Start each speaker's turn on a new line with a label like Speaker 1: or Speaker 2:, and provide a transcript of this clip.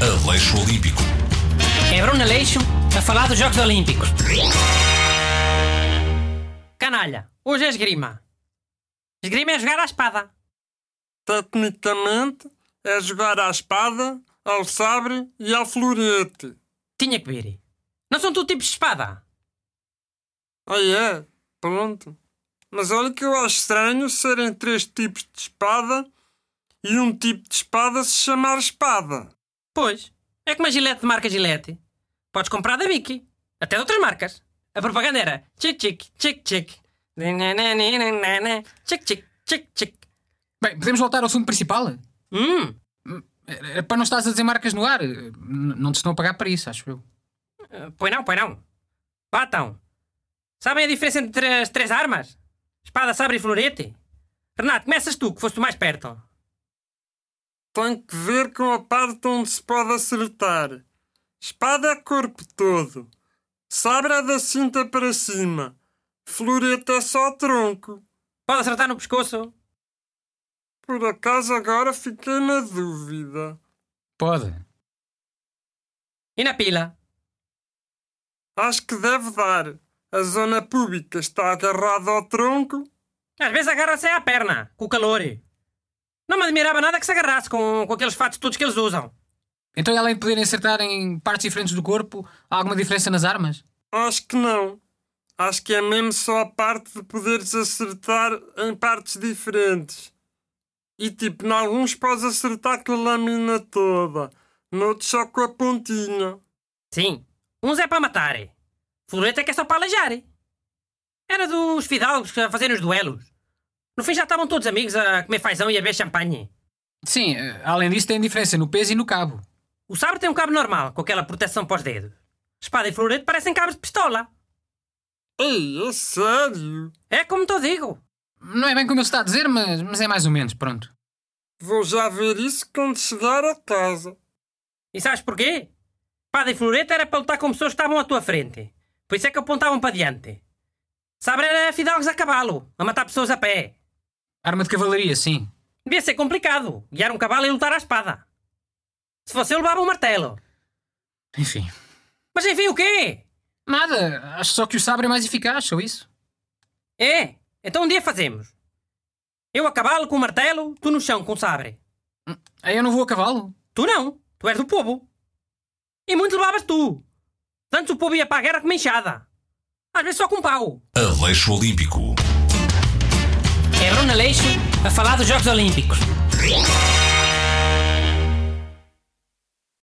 Speaker 1: Aleixo Olímpico.
Speaker 2: É Bruno Aleixo a falar dos Jogos Olímpicos. Canalha, hoje é esgrima. Esgrima é jogar à espada.
Speaker 3: Tecnicamente, é jogar à espada, ao sabre e ao florete.
Speaker 2: Tinha que vir. Não são tudo tipos de espada.
Speaker 3: Ah, é? Pronto. Mas olha que eu acho estranho serem três tipos de espada e um tipo de espada se chamar espada.
Speaker 2: Pois, é como a gilete de marca gilete. Podes comprar da Mickey. Até de outras marcas. A propaganda era tchic tchic tchic tchic. né, Nananana, Tchic tchic tchic tchic.
Speaker 4: Bem, podemos voltar ao assunto principal?
Speaker 2: Hum,
Speaker 4: Era era para não estares a dizer marcas no ar. N- Não te estão a pagar para isso, acho eu.
Speaker 2: pois não, pois não. Vá então. Sabem a diferença entre as três armas? Espada, sabre e florete? Renato, começas tu, que foste o mais perto.
Speaker 3: Tem que ver com a parte onde se pode acertar. Espada é corpo todo. Sabre é da cinta para cima. Florete é só tronco.
Speaker 2: Pode acertar no pescoço.
Speaker 3: Por acaso agora fiquei na dúvida.
Speaker 4: Pode.
Speaker 2: E na pila?
Speaker 3: Acho que deve dar. A zona pública está agarrada ao tronco.
Speaker 2: Às vezes agarra-se à perna, com o calor. Não me admirava nada que se agarrasse com, com aqueles fatos todos que eles usam.
Speaker 4: Então, e além de poderem acertar em partes diferentes do corpo, há alguma diferença nas armas?
Speaker 3: Acho que não. Acho que é mesmo só a parte de poderes acertar em partes diferentes. E tipo, em alguns podes acertar com a lâmina toda, noutros só com a pontinha.
Speaker 2: Sim, uns é para matar. Floreta é que é só para aleijar. Era dos fidalgos a fazerem os duelos. No fim já estavam todos amigos a comer fazão e a beber champanhe.
Speaker 4: Sim, eh, além disso, tem diferença no peso e no cabo.
Speaker 2: O sabre tem um cabo normal, com aquela proteção para os dedos. Espada e florete parecem cabos de pistola.
Speaker 3: Ei, é sério?
Speaker 2: É como te digo.
Speaker 4: Não é bem como ele está a dizer, mas, mas é mais ou menos, pronto.
Speaker 3: Vou já ver isso quando chegar a casa.
Speaker 2: E sabes porquê? Espada e floreta era para lutar com pessoas que estavam à tua frente. Por isso é que apontavam para diante. Sabre era fidalgos a cavalo, a matar pessoas a pé.
Speaker 4: Arma de cavalaria, sim.
Speaker 2: Devia ser complicado, guiar um cavalo e lutar à espada. Se fosse eu levava um martelo.
Speaker 4: Enfim.
Speaker 2: Mas enfim, o quê?
Speaker 4: Nada, acho só que o sabre é mais eficaz, só isso.
Speaker 2: É, então um dia fazemos. Eu a cavalo com o martelo, tu no chão com o sabre.
Speaker 4: Aí eu não vou a cavalo.
Speaker 2: Tu não, tu és do povo. E muito levavas tu. Tanto o povo ia para a guerra com uma enxada. Às vezes só com um pau.
Speaker 1: Aleixo Olímpico.
Speaker 2: É Bruno Aleixo a falar dos Jogos Olímpicos.